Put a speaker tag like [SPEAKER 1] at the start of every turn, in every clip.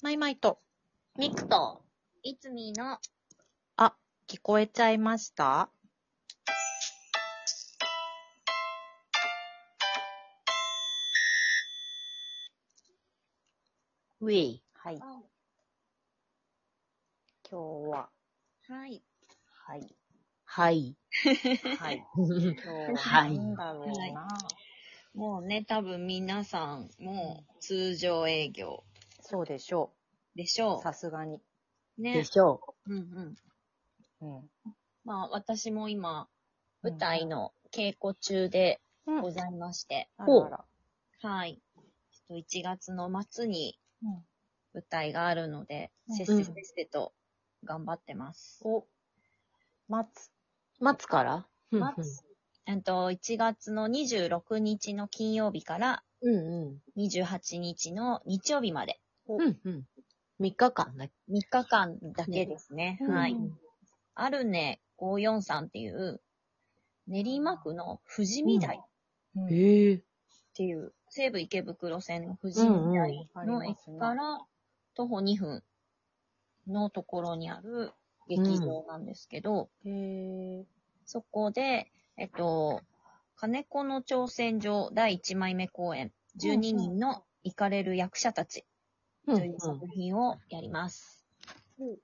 [SPEAKER 1] マイマイと、
[SPEAKER 2] ミクと、いつみの、
[SPEAKER 1] 聞こえちゃいましたウェイ。はい。今日は、
[SPEAKER 2] はい。
[SPEAKER 1] はい。はい。はい。今日は、なんだろうな。
[SPEAKER 2] もうね、多分皆さん、もう通常営業
[SPEAKER 1] そうでしょ
[SPEAKER 2] でしょ
[SPEAKER 1] う。さすがに。
[SPEAKER 2] う。ね。
[SPEAKER 1] しょ
[SPEAKER 2] うんうん。
[SPEAKER 1] う。うん。
[SPEAKER 2] まあ私も今、
[SPEAKER 1] うん
[SPEAKER 2] 舞台の稽古中で
[SPEAKER 1] うん。
[SPEAKER 2] ございまして、
[SPEAKER 1] あらあら。
[SPEAKER 2] はい。ちょっと1月の末に
[SPEAKER 1] うん
[SPEAKER 2] 舞台があるので、
[SPEAKER 1] うん
[SPEAKER 2] せっせせっせと頑張ってます。
[SPEAKER 1] お、待つ。
[SPEAKER 3] 待つから
[SPEAKER 1] 待つ。
[SPEAKER 2] えっと、1月の26日の金曜日から
[SPEAKER 3] うんうん。
[SPEAKER 2] 28日の日曜日まで、
[SPEAKER 3] うんうん。3日間だけ。
[SPEAKER 2] 3日間だけですね。
[SPEAKER 1] うん
[SPEAKER 2] はい。あるね543っていう、練馬区の富士見台っ
[SPEAKER 1] うん
[SPEAKER 3] へえ。
[SPEAKER 2] ていう、西武池袋線の富士見台
[SPEAKER 1] うんうん
[SPEAKER 2] の駅から徒歩2分のところにある劇場なんですけど、
[SPEAKER 1] へー。
[SPEAKER 2] そこで、えっと、金子の挑戦状第1枚目公演、12人の行かれる役者たち
[SPEAKER 3] うん
[SPEAKER 2] という作品をやります。
[SPEAKER 1] うん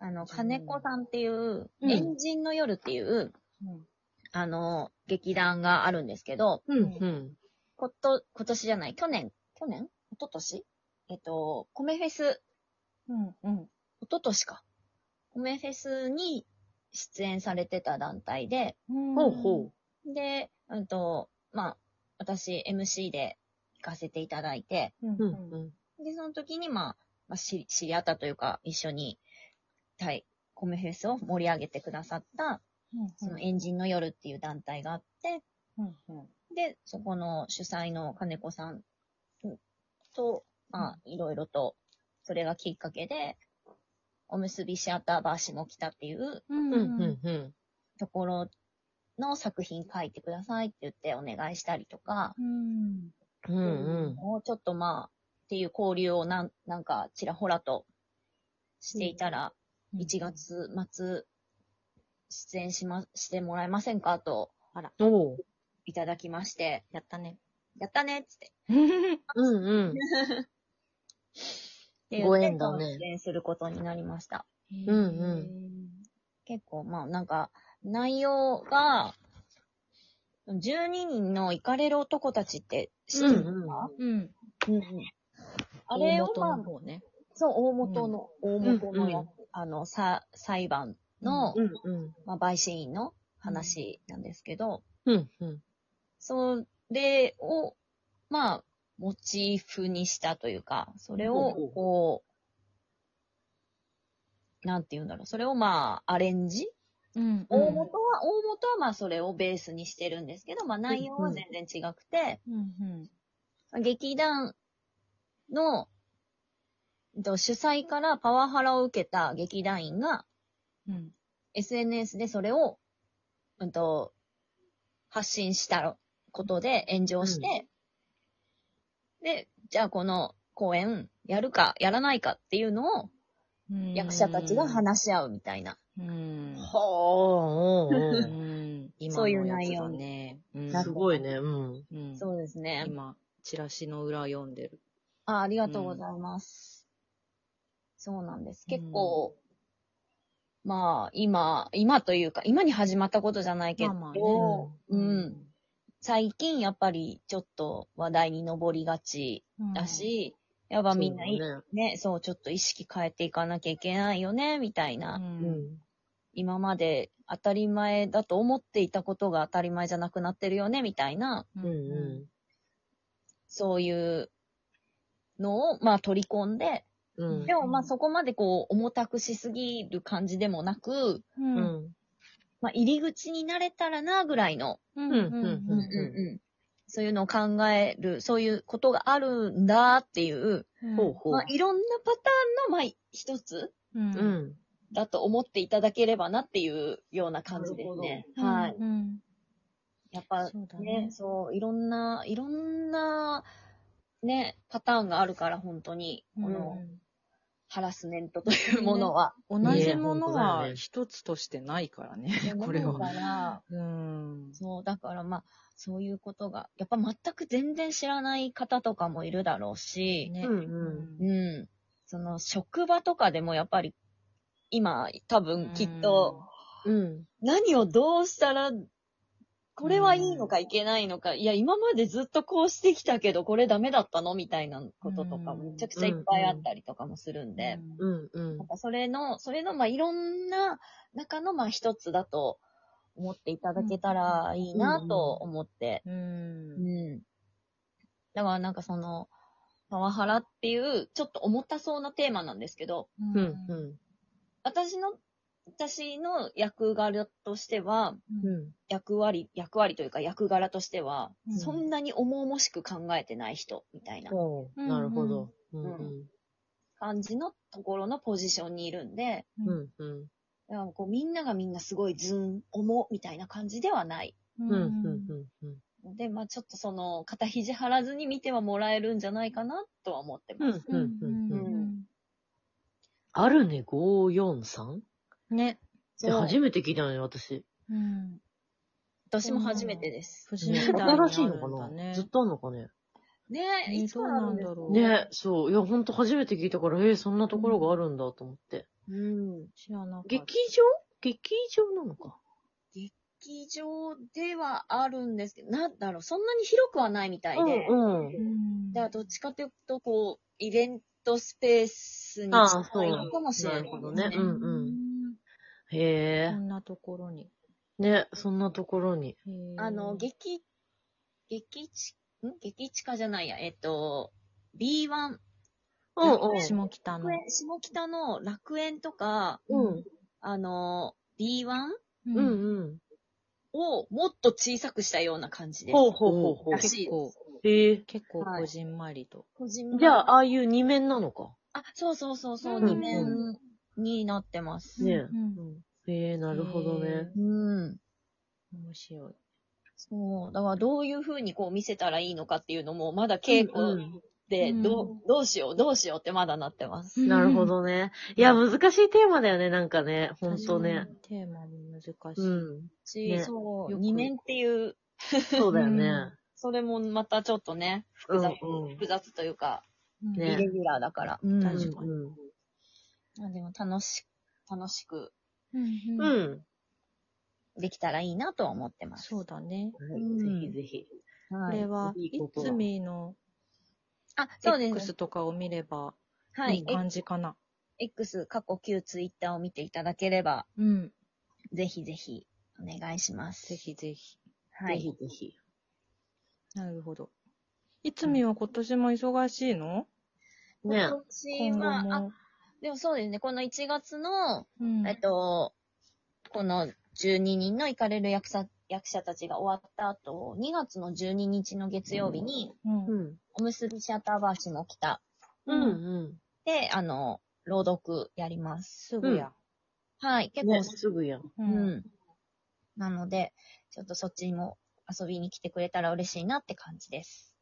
[SPEAKER 2] あの、金子さんっていう、
[SPEAKER 3] うん
[SPEAKER 2] エンジンの夜っていう、
[SPEAKER 1] うん
[SPEAKER 2] あの、劇団があるんですけど、
[SPEAKER 3] うんうん。
[SPEAKER 2] こと、今年じゃない、去年、去年一昨年えっと、コメフェス、
[SPEAKER 1] うん。うん。
[SPEAKER 2] 一昨年か。コメフェスに出演されてた団体で、
[SPEAKER 1] うん
[SPEAKER 3] ほうほ
[SPEAKER 2] で、うんと、まあ、私 MC で行かせていただいて、
[SPEAKER 1] うん。
[SPEAKER 3] う。う
[SPEAKER 1] うんん。
[SPEAKER 3] うん。
[SPEAKER 2] で、その時にまあ、まあ、知り知り合ったというか、一緒に、対、コメフェスを盛り上げてくださった、そのエンジンの夜っていう団体があって、
[SPEAKER 1] うんうん
[SPEAKER 2] で、そこの主催の金子さんと、まあ、いろいろと、それがきっかけで、おむすびシアターバー下北っていう
[SPEAKER 1] うん
[SPEAKER 3] うんうんうん。
[SPEAKER 2] ところの作品書いてくださいって言ってお願いしたりとか、
[SPEAKER 1] うん。
[SPEAKER 3] うんうん。
[SPEAKER 2] もうちょっとまあ、っていう交流をなん、なんか、ちらほらとしていたら、1。月末、出演しま、してもらえませんかと、
[SPEAKER 3] おう。
[SPEAKER 2] いただきまして、
[SPEAKER 1] やったね。
[SPEAKER 2] やったねっつって。
[SPEAKER 3] うん
[SPEAKER 2] で
[SPEAKER 3] ご縁だね
[SPEAKER 2] 出演することになりました。
[SPEAKER 1] うん
[SPEAKER 3] うん
[SPEAKER 2] 結構、まあ、なんか、内容が、12人のイカれる男たちって知ってる
[SPEAKER 3] うんうん
[SPEAKER 2] か、
[SPEAKER 1] うん。
[SPEAKER 2] うんあれを、まあ、
[SPEAKER 1] 方ね。
[SPEAKER 2] そう、大元の、大元のやつ、
[SPEAKER 3] うん
[SPEAKER 2] あの、さ、裁判の、
[SPEAKER 3] うん。うん
[SPEAKER 2] まあ、陪審員の話なんですけど、
[SPEAKER 3] うん。うん
[SPEAKER 2] それを、まあ、モチーフにしたというか、それを
[SPEAKER 3] ほうほう、
[SPEAKER 2] こう、なんて言うんだろう。それをまあ、アレンジ、
[SPEAKER 1] うん。
[SPEAKER 3] うん
[SPEAKER 2] 大元は、大元はまあ、それをベースにしてるんですけど、まあ、内容は全然違くて、
[SPEAKER 1] うん。
[SPEAKER 2] 劇団の、えっと主催からパワハラを受けた劇団員が、
[SPEAKER 1] うん。
[SPEAKER 2] SNS でそれを、うんと、発信したことで炎上して、で、じゃあこの公演やるかやらないかっていうのを
[SPEAKER 1] うん。
[SPEAKER 2] 役者たちが話し合うみたいな、
[SPEAKER 1] うん。
[SPEAKER 3] は
[SPEAKER 1] う
[SPEAKER 3] あ。
[SPEAKER 1] ん。
[SPEAKER 2] そういう内容
[SPEAKER 1] ね。うん
[SPEAKER 3] すごいね。うん。
[SPEAKER 1] うん
[SPEAKER 2] そうですね。
[SPEAKER 1] 今、チラシの裏読んでる。
[SPEAKER 2] あありがとうございます。そうなんです。
[SPEAKER 1] うん
[SPEAKER 2] 結構、まあ今、今というか、今に始まったことじゃないけど、
[SPEAKER 1] まあまあ
[SPEAKER 3] ね
[SPEAKER 2] うん、最近やっぱりちょっと話題に上りがち
[SPEAKER 1] うん。。
[SPEAKER 2] だし、やっぱみんな
[SPEAKER 3] そう
[SPEAKER 2] い
[SPEAKER 3] だね
[SPEAKER 2] ね、そう、ちょっと意識変えていかなきゃいけないよね、みたいうな。
[SPEAKER 3] うんん。
[SPEAKER 2] 今まで当たり前だと思っていたことが当たり前じゃなくなってるよね、みたいな、
[SPEAKER 1] う
[SPEAKER 3] うんう
[SPEAKER 2] そういうのを、まあ取り込んで、
[SPEAKER 3] ん。うん。
[SPEAKER 2] でもまあそこまでこう重たくしすぎる感じでもなく、
[SPEAKER 3] う
[SPEAKER 1] うん。
[SPEAKER 3] ん。
[SPEAKER 2] まあ入り口になれたらな、ぐらいの、
[SPEAKER 1] うん。
[SPEAKER 3] うんうん
[SPEAKER 2] そういうのを考える、そういうことがあるんだっていう、
[SPEAKER 1] うん
[SPEAKER 3] ほうほ
[SPEAKER 2] ま
[SPEAKER 3] う
[SPEAKER 2] あ。いろんなパターンの、まあ一つ、
[SPEAKER 1] う。
[SPEAKER 3] うんん。
[SPEAKER 2] だと思っていただければなっていうような感じですね。はい。
[SPEAKER 1] うん。
[SPEAKER 2] やっぱ
[SPEAKER 1] そうだ
[SPEAKER 2] ね
[SPEAKER 1] ね、。
[SPEAKER 2] そう、いろんな、いろんなね、パターンがあるから、本当に、この
[SPEAKER 1] うん
[SPEAKER 2] ハラスメントというものは。
[SPEAKER 1] 同じもの
[SPEAKER 3] ね本当だよ
[SPEAKER 1] は
[SPEAKER 3] ね
[SPEAKER 1] 一つとしてないからね、 これ
[SPEAKER 2] だ
[SPEAKER 1] は。
[SPEAKER 2] から、
[SPEAKER 1] うん。
[SPEAKER 2] そう、だからまあ、そういうことが、やっぱ全く全然知らない方とかもいるだろうし、
[SPEAKER 1] ね
[SPEAKER 3] うん
[SPEAKER 2] う。ん。その、職場とかでもやっぱり、今、多分きっと、
[SPEAKER 3] うん。
[SPEAKER 2] 何をどうしたら、これはいいのかいけないのか、いや、今までずっとこうしてきたけど、これダメだったのみたいなこととか、
[SPEAKER 1] うん
[SPEAKER 2] めちゃくちゃいっぱいあったりとかもするんで、
[SPEAKER 1] うん、
[SPEAKER 3] うん。うん
[SPEAKER 2] なん。かそれの、それの、まあ、いろんな中の、まあ、一つだと思っていただけたらいいなと思って、
[SPEAKER 1] うん
[SPEAKER 2] うん。だからなんかその、パワハラっていう、ちょっと重たそうなテーマなんですけど、
[SPEAKER 3] う
[SPEAKER 1] う
[SPEAKER 3] ん。
[SPEAKER 1] ん
[SPEAKER 3] うん。
[SPEAKER 2] 私の、私の役柄としては、
[SPEAKER 3] うん。
[SPEAKER 2] 役割、役割というか役柄としては、
[SPEAKER 1] うん
[SPEAKER 2] そんなに重々しく考えてない人みたいな
[SPEAKER 3] ほうなるほど。うん。うん。
[SPEAKER 2] 感じのところのポジションにいるんで、
[SPEAKER 3] うん。うん。
[SPEAKER 2] だからこうみんながみんなすごいズン、重みたいな感じではない。
[SPEAKER 3] うん。うん。うん。
[SPEAKER 2] ので、まあちょっとその、肩肘張らずに見てはもらえるんじゃないかなとは思って
[SPEAKER 3] う
[SPEAKER 2] ま
[SPEAKER 3] ん
[SPEAKER 2] す。。
[SPEAKER 3] うん。
[SPEAKER 1] うん
[SPEAKER 3] うん。
[SPEAKER 1] うん
[SPEAKER 3] あるね、543?
[SPEAKER 1] ね。
[SPEAKER 2] そ
[SPEAKER 3] え、
[SPEAKER 2] う
[SPEAKER 3] 初めて聞いたのよ、私。
[SPEAKER 1] うん。
[SPEAKER 2] 私も初めてです。
[SPEAKER 1] 不思
[SPEAKER 3] ね
[SPEAKER 1] 議だ
[SPEAKER 3] 新しいのかな
[SPEAKER 1] ね
[SPEAKER 3] ずっ。とあんのかね
[SPEAKER 2] ねえ、
[SPEAKER 1] ね
[SPEAKER 2] いつからあるんですか
[SPEAKER 1] どうなんだろ
[SPEAKER 3] ね、そう。いや、ほんと初めて聞いたから、えー、そんなところがあるんだと思って。
[SPEAKER 2] うん。
[SPEAKER 1] 知らなかった
[SPEAKER 3] 劇。場劇場なのか。
[SPEAKER 2] 劇場ではあるんですけど、なんだろう、そんなに広くはないみたいで。
[SPEAKER 3] うんうん。
[SPEAKER 1] うん
[SPEAKER 2] だからどっちかというと、こう、イベントスペースに
[SPEAKER 3] ああ
[SPEAKER 2] 近いのかもしれない
[SPEAKER 3] そう
[SPEAKER 2] で
[SPEAKER 3] な
[SPEAKER 2] す
[SPEAKER 3] るほどね
[SPEAKER 2] ね
[SPEAKER 3] う。んへえ。
[SPEAKER 1] こんなところに。
[SPEAKER 3] ね、そんなところに。
[SPEAKER 1] へー
[SPEAKER 2] あの、劇、劇地、ん劇地下じゃないや、えっと、B1、
[SPEAKER 3] うんうん。
[SPEAKER 1] 下北の
[SPEAKER 2] 楽。園下北の楽園とか、
[SPEAKER 3] うん。
[SPEAKER 2] あの、B1
[SPEAKER 1] う
[SPEAKER 3] うん。うん。
[SPEAKER 2] をもっと小さくしたような感じです。
[SPEAKER 3] ほうほうほうほう
[SPEAKER 2] ら。しい
[SPEAKER 1] 結構、
[SPEAKER 3] へえ。
[SPEAKER 1] 結構こじんまりと。
[SPEAKER 2] 個人
[SPEAKER 3] じゃあ、ああいう二面なのか。
[SPEAKER 2] あ、そうそうそうそう、
[SPEAKER 1] うん
[SPEAKER 2] 二面になってます。
[SPEAKER 3] ね
[SPEAKER 1] うん
[SPEAKER 3] へえ、なるほどね。。
[SPEAKER 2] うん。
[SPEAKER 1] 面白い。
[SPEAKER 2] そう。だからどういう風にこう見せたらいいのかっていうのも、まだ稽
[SPEAKER 3] う
[SPEAKER 2] 古
[SPEAKER 3] ん
[SPEAKER 2] で、
[SPEAKER 1] うん
[SPEAKER 2] どう、どうしよう、どうしようってまだなってます。
[SPEAKER 3] なるほどね。いや、難しいテーマだよね、なんかね。ほんとね。
[SPEAKER 1] 確かに。テーマも難し
[SPEAKER 3] う
[SPEAKER 1] い。
[SPEAKER 3] ん。
[SPEAKER 2] し、
[SPEAKER 3] ね
[SPEAKER 2] そう、
[SPEAKER 1] よく
[SPEAKER 2] 二面っていう、
[SPEAKER 3] そうだよね。
[SPEAKER 2] それもまたちょっとね、
[SPEAKER 3] うん
[SPEAKER 2] ん
[SPEAKER 3] うん。
[SPEAKER 2] 複雑というか、
[SPEAKER 1] うん
[SPEAKER 2] イ
[SPEAKER 3] ね
[SPEAKER 2] レギュラーだから。う
[SPEAKER 1] 確かに
[SPEAKER 3] うん
[SPEAKER 2] まあでも楽し、楽しく
[SPEAKER 1] うん
[SPEAKER 3] う
[SPEAKER 1] うん
[SPEAKER 3] ん。
[SPEAKER 2] できたらいいなとは思ってます。
[SPEAKER 1] そうだね。
[SPEAKER 3] うん。ぜひぜひ。
[SPEAKER 1] こ
[SPEAKER 2] は
[SPEAKER 1] れ
[SPEAKER 2] い。
[SPEAKER 1] は、
[SPEAKER 3] いい
[SPEAKER 1] い
[SPEAKER 3] ことだ
[SPEAKER 1] つみの
[SPEAKER 2] あ、そうです
[SPEAKER 1] X。とかを見れば、
[SPEAKER 2] はいい
[SPEAKER 1] い。感じかな。
[SPEAKER 2] X、過去旧ツイッターを見ていただければ、
[SPEAKER 1] うん。
[SPEAKER 2] ぜひぜひお願いします。
[SPEAKER 1] ぜ。ひぜひ。
[SPEAKER 2] は
[SPEAKER 3] ぜ
[SPEAKER 2] い。
[SPEAKER 3] ひぜひ。
[SPEAKER 1] なるほど。いつみは今年も忙しいの
[SPEAKER 3] ね
[SPEAKER 2] 今年
[SPEAKER 1] 今
[SPEAKER 2] は、
[SPEAKER 1] 後
[SPEAKER 2] あ、
[SPEAKER 1] も。
[SPEAKER 2] でもそうですね、この1月の、
[SPEAKER 1] うん
[SPEAKER 2] えっと、この12人の行かれる役者役者たちが終わった後、2月の12日の月曜日に、
[SPEAKER 1] うん
[SPEAKER 3] うん。
[SPEAKER 2] おむすびシャターバーシも来た。
[SPEAKER 3] うん
[SPEAKER 2] で、あの、朗読やります。
[SPEAKER 1] すぐや。
[SPEAKER 2] はい、
[SPEAKER 3] う
[SPEAKER 2] 結
[SPEAKER 3] ん。
[SPEAKER 2] 構、
[SPEAKER 3] ね、すぐやん。
[SPEAKER 1] う
[SPEAKER 2] う。ん。なので、ちょっとそっちにも遊びに来てくれたら嬉しいなって感じです。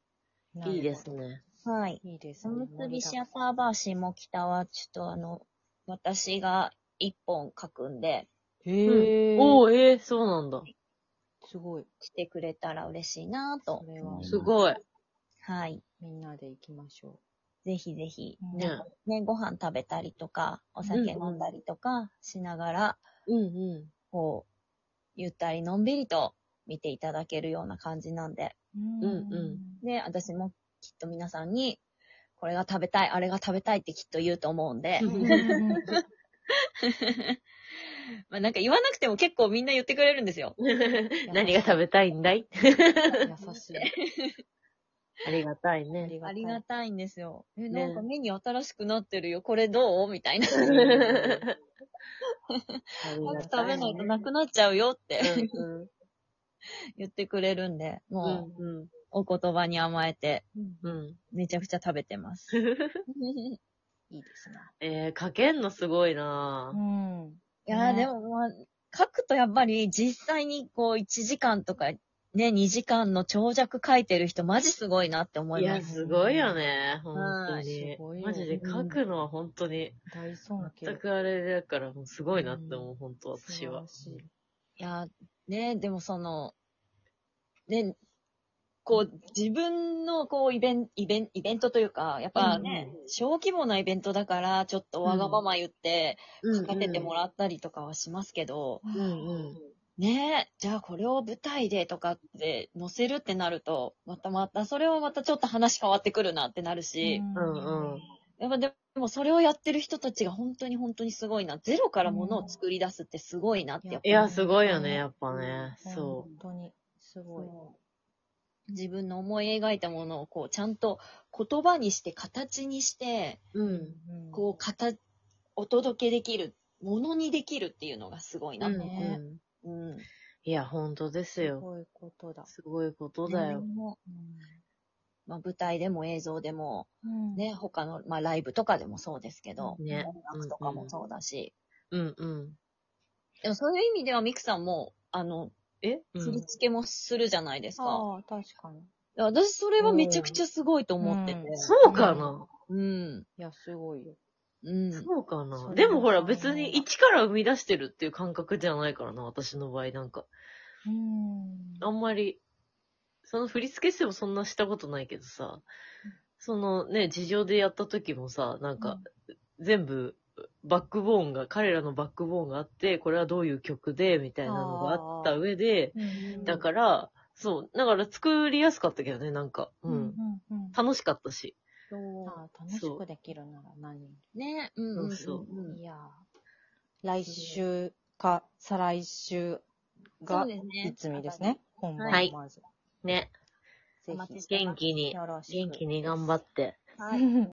[SPEAKER 1] なるほど
[SPEAKER 3] いいです。ね。
[SPEAKER 2] はい。
[SPEAKER 1] いいです
[SPEAKER 2] お
[SPEAKER 1] ね。
[SPEAKER 2] むすびシア
[SPEAKER 1] 盛
[SPEAKER 2] ターバーシも北は、ちょっとあの、私が一本書くんで、
[SPEAKER 1] り上がるへー
[SPEAKER 3] おー、えー、そうなんだ。
[SPEAKER 1] すごい。
[SPEAKER 2] 来てくれたら嬉しいなと
[SPEAKER 1] それは
[SPEAKER 2] 思います
[SPEAKER 3] す。ごい。
[SPEAKER 2] はい。
[SPEAKER 1] みんなで行きましょ
[SPEAKER 2] ぜひぜひ、
[SPEAKER 1] う。
[SPEAKER 3] ね。
[SPEAKER 2] ね、ご飯食べたりとか、お酒飲んだりとかしながら、
[SPEAKER 3] うんう
[SPEAKER 2] こう、ゆったりのんびりと見ていただけるような感じなんで。
[SPEAKER 1] うん
[SPEAKER 3] うん
[SPEAKER 2] で、私もきっと皆さんに、これが食べたい、あれが食べたいってきっと言うと思うんで
[SPEAKER 3] う、ん
[SPEAKER 2] まあなんか言わなくても結構みんな言ってくれるんですよ。
[SPEAKER 3] ん。何が食べたいんだい
[SPEAKER 1] 優しい。
[SPEAKER 3] ありがたい
[SPEAKER 1] あ
[SPEAKER 3] ね。
[SPEAKER 1] りが
[SPEAKER 2] あ
[SPEAKER 1] たい
[SPEAKER 2] りがたいんですよ。え、
[SPEAKER 3] ね
[SPEAKER 2] なんかメニュー新しくなってるよ。これどうみたいな。
[SPEAKER 3] あ
[SPEAKER 2] 早 く
[SPEAKER 3] りが
[SPEAKER 2] 食
[SPEAKER 3] た
[SPEAKER 2] べ
[SPEAKER 3] い
[SPEAKER 2] ないと
[SPEAKER 3] ね
[SPEAKER 2] なくなっちゃうよって
[SPEAKER 3] うんうん
[SPEAKER 2] 言ってくれるんで、
[SPEAKER 3] う
[SPEAKER 2] も
[SPEAKER 3] んうん
[SPEAKER 2] うお言葉に甘えて、
[SPEAKER 3] うん。
[SPEAKER 2] めちゃくちゃ食べてます。 い
[SPEAKER 1] いいですね。
[SPEAKER 3] えー、書けんのすごいなぁ
[SPEAKER 1] ん。
[SPEAKER 2] やー、
[SPEAKER 1] ね
[SPEAKER 2] でもまあ、書くとやっぱり実際にこう1時間とかね、2時間の長尺書いてる人、マジすごいなって思
[SPEAKER 3] い
[SPEAKER 2] いま
[SPEAKER 3] や、
[SPEAKER 2] す。
[SPEAKER 3] すごいよね、本当
[SPEAKER 1] はい
[SPEAKER 3] に
[SPEAKER 1] すごい。よ
[SPEAKER 3] マジで書くのは本当に、
[SPEAKER 1] 大尊敬。
[SPEAKER 3] 全くあれだから、もうすごいなって思
[SPEAKER 1] う
[SPEAKER 3] う、本当
[SPEAKER 1] 素
[SPEAKER 3] 私
[SPEAKER 1] 晴
[SPEAKER 3] は
[SPEAKER 1] ら。しい
[SPEAKER 2] いや、ね、でもその、ね、こう、自分の、こう、イベント、イベント、イベントというか、やっぱね、小規模なイベントだから、ちょっとわがまま言って、書かせても
[SPEAKER 3] う。
[SPEAKER 2] らったりとかはしますけど、
[SPEAKER 3] うんうん。
[SPEAKER 2] ね、じゃあこれを舞台でとかって載せるってなると、またまた、それはまたちょっと話変わってくるなってなるし、
[SPEAKER 3] うんうん。
[SPEAKER 2] やっぱでもそれをやってる人たちが本当に本当にすごいな。ゼロからものを作り出すってすごいなって、やっぱ
[SPEAKER 3] いや、すごいよね、やっぱね。そ
[SPEAKER 1] 本当に、すごい。
[SPEAKER 2] 自分の思い描いたものをこうちゃんと言葉にして形にして
[SPEAKER 3] う。うん。
[SPEAKER 1] うん
[SPEAKER 2] こう形お届けできるものにできるっていうのがすごいな
[SPEAKER 3] うん
[SPEAKER 2] と、
[SPEAKER 3] うん。
[SPEAKER 2] うん
[SPEAKER 3] いや、本当です
[SPEAKER 1] す
[SPEAKER 3] よ。
[SPEAKER 1] ごいことだ。
[SPEAKER 3] すごいことだよ。
[SPEAKER 2] まあ、舞台でも映像でも、
[SPEAKER 1] うん
[SPEAKER 2] ね、他の、まあ、ライブとかでもそうですけど、
[SPEAKER 3] ね
[SPEAKER 2] 音楽とかもそうだし、
[SPEAKER 3] うんうん。
[SPEAKER 2] でもそういう意味ではミクさんもあの
[SPEAKER 3] えう
[SPEAKER 2] 振り
[SPEAKER 3] ん
[SPEAKER 2] 付けもするじゃないですか、
[SPEAKER 1] ああ、確かに。
[SPEAKER 2] 私それはめちゃくちゃすごいと思ってて
[SPEAKER 1] うん
[SPEAKER 3] そうかな
[SPEAKER 2] うん
[SPEAKER 1] いや、すごいよ。
[SPEAKER 2] うん、
[SPEAKER 3] そうか
[SPEAKER 1] そ
[SPEAKER 3] な
[SPEAKER 1] れ
[SPEAKER 3] でもほら別に一から生み出してるっていう感覚じゃないからな、私の場合なんか。
[SPEAKER 1] うん
[SPEAKER 3] あんまり、その振り付けしてもそんなしたことないけどさ、そのね、事情でやった時もさ、なんか、全部、バックボーンが、彼らのバックボーンがあって、これはどういう曲で、みたいなのがあった上で、
[SPEAKER 1] うん
[SPEAKER 3] だから、そう、だから作りやすかったけどね、なんか、う
[SPEAKER 1] うん
[SPEAKER 3] ん。
[SPEAKER 1] うんうん
[SPEAKER 3] 楽しかったし。
[SPEAKER 1] ああ楽しくできるなら何よ
[SPEAKER 2] ねうんうんうんうん
[SPEAKER 3] そう
[SPEAKER 1] りいやー、来週か、再来週
[SPEAKER 2] そう
[SPEAKER 1] が、
[SPEAKER 2] ですね
[SPEAKER 1] いつみですね。本番
[SPEAKER 3] はい
[SPEAKER 1] をまず。
[SPEAKER 3] ね、
[SPEAKER 1] ぜ
[SPEAKER 2] お待ち
[SPEAKER 1] ひ
[SPEAKER 2] し、てます
[SPEAKER 3] 元気に、
[SPEAKER 1] よろしく。
[SPEAKER 3] 元気に頑張って。
[SPEAKER 2] はい
[SPEAKER 1] うん